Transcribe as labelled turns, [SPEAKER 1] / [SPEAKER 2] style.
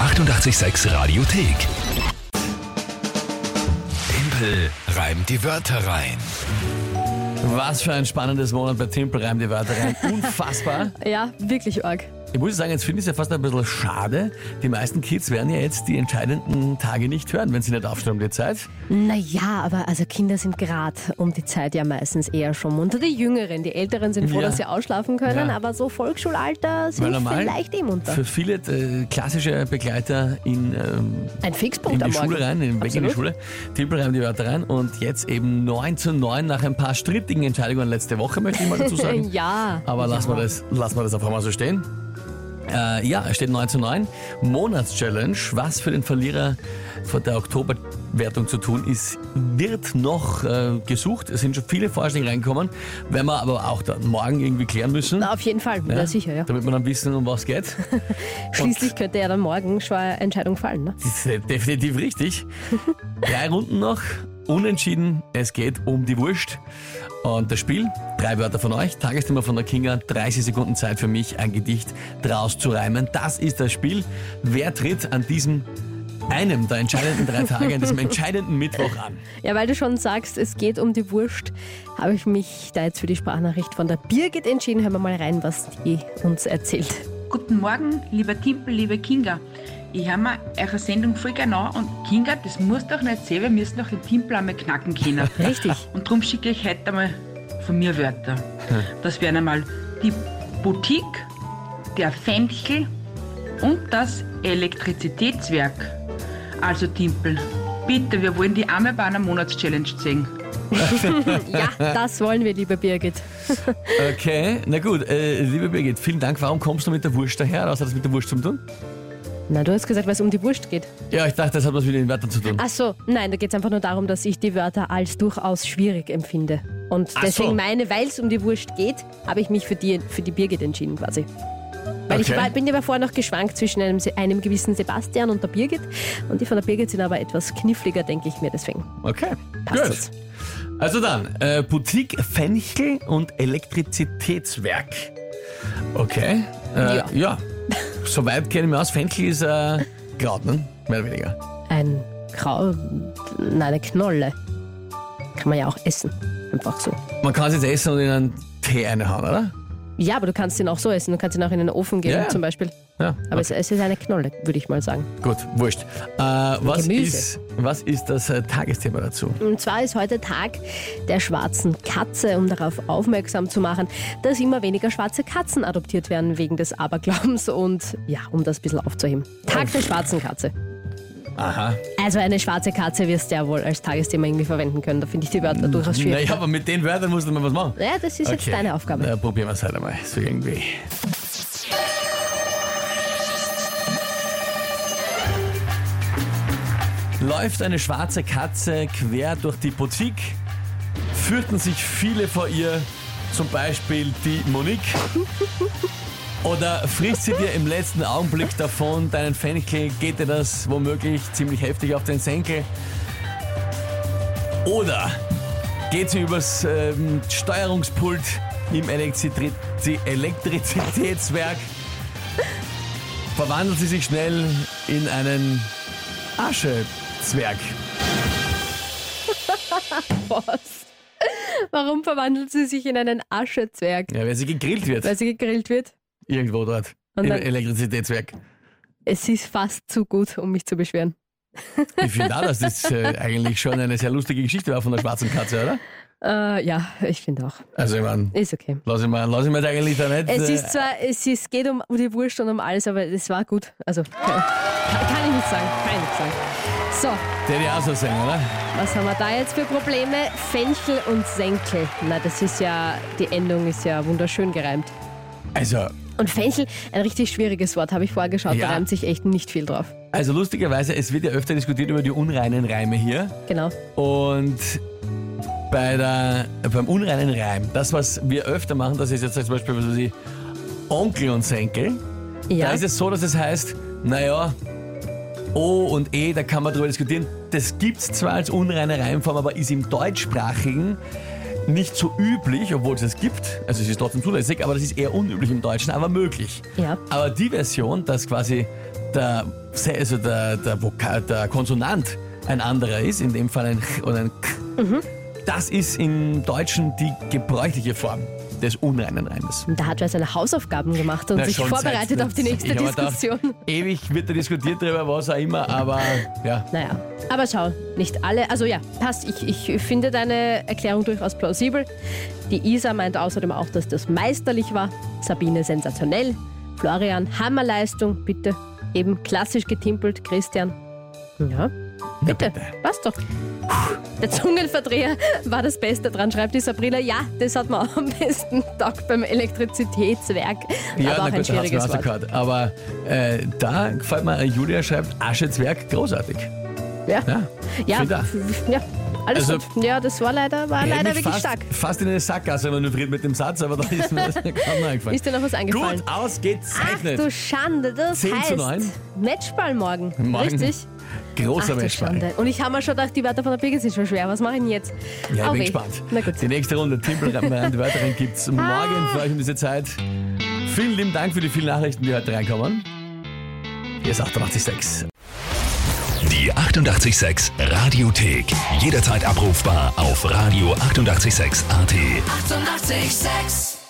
[SPEAKER 1] 886 Radiothek. Tempel reimt die Wörter rein.
[SPEAKER 2] Was für ein spannendes Monat bei Tempel reimt die Wörter rein. Unfassbar.
[SPEAKER 3] Ja, wirklich arg.
[SPEAKER 2] Ich muss sagen, jetzt finde ich es ja fast ein bisschen schade. Die meisten Kids werden ja jetzt die entscheidenden Tage nicht hören, wenn sie nicht aufstehen um die Zeit.
[SPEAKER 3] Naja, aber also Kinder sind gerade um die Zeit ja meistens eher schon munter. Die Jüngeren, die Älteren sind froh,
[SPEAKER 2] Ja.
[SPEAKER 3] dass sie ausschlafen können,
[SPEAKER 2] Ja.
[SPEAKER 3] aber so Volksschulalter
[SPEAKER 2] Weil
[SPEAKER 3] sind
[SPEAKER 2] normal
[SPEAKER 3] vielleicht eh munter.
[SPEAKER 2] Für viele äh, klassische Begleiter in, ähm,
[SPEAKER 3] Ein
[SPEAKER 2] in
[SPEAKER 3] Fixpunkt
[SPEAKER 2] die
[SPEAKER 3] am Morgen.
[SPEAKER 2] Schule rein, in, weg in die
[SPEAKER 3] Absolut.
[SPEAKER 2] Schule. Tippel reimt die Wörter rein und jetzt eben 9 zu 9 nach ein paar strittigen Entscheidungen letzte Woche, möchte ich mal dazu sagen.
[SPEAKER 3] ja.
[SPEAKER 2] Aber lassen wir das, lassen wir das einfach mal so stehen. Äh, ja, es steht 9 zu 9. Monatschallenge, was für den Verlierer von der Oktoberwertung zu tun ist, wird noch äh, gesucht. Es sind schon viele Vorschläge reingekommen, werden wir aber auch dann morgen irgendwie klären müssen.
[SPEAKER 3] Na, Auf jeden Fall, ja, sicher, ja.
[SPEAKER 2] Damit wir dann wissen, um was geht.
[SPEAKER 3] Schließlich könnte ja dann morgen schon eine Entscheidung fallen. Ne?
[SPEAKER 2] Das ist definitiv richtig. Drei Runden noch, unentschieden. Es geht um die Wurst. Und das Spiel, drei Wörter von euch, Tagesthema von der Kinga, 30 Sekunden Zeit für mich, ein Gedicht draus zu reimen. Das ist das Spiel. Wer tritt an diesem einem der entscheidenden drei Tage, an diesem entscheidenden Mittwoch an?
[SPEAKER 3] Ja, weil du schon sagst, es geht um die Wurst, habe ich mich da jetzt für die Sprachnachricht von der Birgit entschieden. Hören wir mal rein, was die uns erzählt.
[SPEAKER 4] Guten Morgen, lieber Timpel, liebe Kinga. Ich habe mir eure Sendung voll genau und Kinga, das muss doch nicht sein, wir müssen doch den Timpel einmal knacken können.
[SPEAKER 3] Richtig.
[SPEAKER 4] Und darum schicke ich heute einmal von mir Wörter. Das wären einmal die Boutique, der Fenchel und das Elektrizitätswerk. Also Timpel, bitte, wir wollen die arme Bahner Monatschallenge sehen.
[SPEAKER 3] Ja, das wollen wir, liebe Birgit.
[SPEAKER 2] Okay, na gut, äh, liebe Birgit, vielen Dank. Warum kommst du mit der Wurst daher? Was hat das mit der Wurst zu tun?
[SPEAKER 3] Na, du hast gesagt, weil es um die Wurst geht.
[SPEAKER 2] Ja, ich dachte, das hat was mit den Wörtern zu tun.
[SPEAKER 3] Ach so, nein, da geht es einfach nur darum, dass ich die Wörter als durchaus schwierig empfinde. Und
[SPEAKER 2] Ach
[SPEAKER 3] deswegen
[SPEAKER 2] so.
[SPEAKER 3] meine, weil es um die Wurst geht, habe ich mich für die, für die Birgit entschieden quasi. Weil ich
[SPEAKER 2] Okay.
[SPEAKER 3] war, bin ja vorher noch geschwankt zwischen einem, Se- einem gewissen Sebastian und der Birgit. Und die von der Birgit sind aber etwas kniffliger, denke ich mir deswegen.
[SPEAKER 2] Okay,
[SPEAKER 3] Passt
[SPEAKER 2] gut.
[SPEAKER 3] es.
[SPEAKER 2] Also dann, äh, Boutique, Fenchel und Elektrizitätswerk. Okay. Äh, ja.
[SPEAKER 3] Ja.
[SPEAKER 2] Soweit kenne ich mich aus. Fenchel ist äh, Kraut, ne? Mehr oder weniger.
[SPEAKER 3] Ein Grau, nein, eine Knolle. Kann man ja auch essen. Einfach so.
[SPEAKER 2] Man kann es jetzt essen und in einen Tee reinhauen, oder?
[SPEAKER 3] Ja, aber du kannst ihn auch so essen. Du kannst ihn auch in den Ofen geben,
[SPEAKER 2] Ja.
[SPEAKER 3] zum Beispiel.
[SPEAKER 2] Ja.
[SPEAKER 3] Aber es, es ist eine Knolle, würde ich mal sagen.
[SPEAKER 2] Gut, wurscht. Äh, was,
[SPEAKER 3] Gemüse.
[SPEAKER 2] ist, was ist das äh, Tagesthema dazu?
[SPEAKER 3] Und zwar ist heute Tag der schwarzen Katze, um darauf aufmerksam zu machen, dass immer weniger schwarze Katzen adoptiert werden wegen des Aberglaubens und ja, um das ein bisschen aufzuheben. Tag der schwarzen Katze.
[SPEAKER 2] Aha.
[SPEAKER 3] Also eine schwarze Katze wirst du ja wohl als Tagesthema irgendwie verwenden können. Da finde ich die
[SPEAKER 2] Hm,
[SPEAKER 3] Wörter durchaus schwierig.
[SPEAKER 2] Naja, aber mit den Wörtern musst du mal was machen.
[SPEAKER 3] Ja, das ist jetzt deine Aufgabe.
[SPEAKER 2] Na, probieren wir es halt einmal. So irgendwie. Läuft eine schwarze Katze quer durch die Boutique, fürchten sich viele vor ihr, zum Beispiel die Monique. Oder frisst sie dir im letzten Augenblick davon deinen Fenchel, geht dir das womöglich ziemlich heftig auf den Senkel? Oder geht sie übers ähm, Steuerungspult im Elektrizität- Elektrizitätswerk, verwandelt sie sich schnell in einen Aschezwerg.
[SPEAKER 3] Was? Warum verwandelt sie sich in einen Aschezwerg?
[SPEAKER 2] Ja, weil sie gegrillt wird,
[SPEAKER 3] Weil sie gegrillt wird?
[SPEAKER 2] irgendwo dort.
[SPEAKER 3] Und
[SPEAKER 2] Im
[SPEAKER 3] dann-
[SPEAKER 2] Elektrizitätswerk.
[SPEAKER 3] Es ist fast zu gut, um mich zu beschweren.
[SPEAKER 2] Ich finde auch, dass das äh, eigentlich schon eine sehr lustige Geschichte war von der schwarzen Katze, oder?
[SPEAKER 3] Äh, ja, ich finde auch.
[SPEAKER 2] Also ich meine,
[SPEAKER 3] Ist okay.
[SPEAKER 2] lass ich mal, lass ich mal da eigentlich da nicht.
[SPEAKER 3] Es
[SPEAKER 2] äh,
[SPEAKER 3] ist zwar, es ist, geht um die Wurst und um alles, aber es war gut. Also kann, kann ich nicht sagen, kann ich nicht sagen. So,
[SPEAKER 2] der die auch so sehen, oder?
[SPEAKER 3] was haben wir da jetzt für Probleme? Fenchel und Senkel. Na, das ist ja, die Endung ist ja wunderschön gereimt.
[SPEAKER 2] Also,
[SPEAKER 3] Und Fenchel, ein richtig schwieriges Wort, habe ich vorher geschaut,
[SPEAKER 2] Ja.
[SPEAKER 3] da reimt sich echt nicht viel drauf.
[SPEAKER 2] also lustigerweise, es wird ja öfter diskutiert über die unreinen Reime hier.
[SPEAKER 3] Genau.
[SPEAKER 2] Und bei der, beim unreinen Reim, das, was wir öfter machen, das ist jetzt zum Beispiel was weiß ich, Onkel und Senkel.
[SPEAKER 3] Ja,
[SPEAKER 2] Da ist es so, dass es heißt, naja, O und E, da kann man drüber diskutieren. Das gibt's zwar als unreine Reimform, aber ist im deutschsprachigen nicht so üblich, obwohl es es gibt. Also es ist trotzdem zulässig, aber das ist eher unüblich im Deutschen, aber möglich.
[SPEAKER 3] ja.
[SPEAKER 2] Aber die Version, dass quasi der, Se- also der, der, Voka- der Konsonant ein anderer ist, in dem Fall ein Ch oder ein K,
[SPEAKER 3] Mhm.
[SPEAKER 2] das ist im Deutschen die gebräuchliche Form des unreinen Reimes.
[SPEAKER 3] Und da hat er seine Hausaufgaben gemacht und
[SPEAKER 2] Na,
[SPEAKER 3] sich
[SPEAKER 2] schon
[SPEAKER 3] vorbereitet
[SPEAKER 2] seit-
[SPEAKER 3] auf die nächste
[SPEAKER 2] Ich hab mir gedacht,
[SPEAKER 3] Diskussion.
[SPEAKER 2] Ewig wird da diskutiert darüber, was auch immer, aber ja.
[SPEAKER 3] Naja, aber schau, nicht alle. Also ja, passt. Ich, ich finde deine Erklärung durchaus plausibel. Die Isa meint außerdem auch, dass das meisterlich war. Sabine sensationell. Florian Hammerleistung, bitte. Eben klassisch getimpelt, Christian. Ja, bitte.
[SPEAKER 2] bitte.
[SPEAKER 3] Passt doch. Der Zungenverdreher war das Beste dran, schreibt die Sabrina. Ja, das hat man auch am besten taugt beim Elektrizitätswerk.
[SPEAKER 2] Ja,
[SPEAKER 3] aber auch
[SPEAKER 2] na gut, da
[SPEAKER 3] ein
[SPEAKER 2] hat's mir
[SPEAKER 3] schwieriges Wort.
[SPEAKER 2] rausgehört. Aber äh, da gefällt mir, äh, Julia schreibt Aschezwerg großartig.
[SPEAKER 3] Ah, Ja.
[SPEAKER 2] Ja.
[SPEAKER 3] Ja,
[SPEAKER 2] Vielen Dank.
[SPEAKER 3] ja, alles
[SPEAKER 2] Also-
[SPEAKER 3] gut. Ja, das war leider, war
[SPEAKER 2] Ich hätte
[SPEAKER 3] leider
[SPEAKER 2] mich
[SPEAKER 3] wirklich
[SPEAKER 2] fast,
[SPEAKER 3] stark.
[SPEAKER 2] Fast in eine Sackgasse manövriert mit dem Satz, aber da ist mir das gerade noch eingefallen.
[SPEAKER 3] Ist dir noch was eingefallen?
[SPEAKER 2] Gut, ausgezeichnet.
[SPEAKER 3] Ach du Schande, das
[SPEAKER 2] 10 zu
[SPEAKER 3] heißt
[SPEAKER 2] neun.
[SPEAKER 3] Matchball morgen.
[SPEAKER 2] Morgen.
[SPEAKER 3] Richtig? Ach
[SPEAKER 2] Großer
[SPEAKER 3] du
[SPEAKER 2] Matchball.
[SPEAKER 3] Schande. Und ich habe mir schon gedacht, die Wörter von der Birgit sind schon schwer. Was mache ich denn jetzt?
[SPEAKER 2] Ja, ich
[SPEAKER 3] Au
[SPEAKER 2] bin
[SPEAKER 3] weh.
[SPEAKER 2] gespannt.
[SPEAKER 3] Na gut. Ah.
[SPEAKER 2] Die nächste Runde Timpelrein weiteren gibt's morgen für euch um diese Zeit. Vielen lieben Dank für die vielen Nachrichten, die heute reinkommen. Hier ist 886.
[SPEAKER 1] Die 886 Radiothek. Jederzeit abrufbar auf radio886.at. 886!
[SPEAKER 5] 886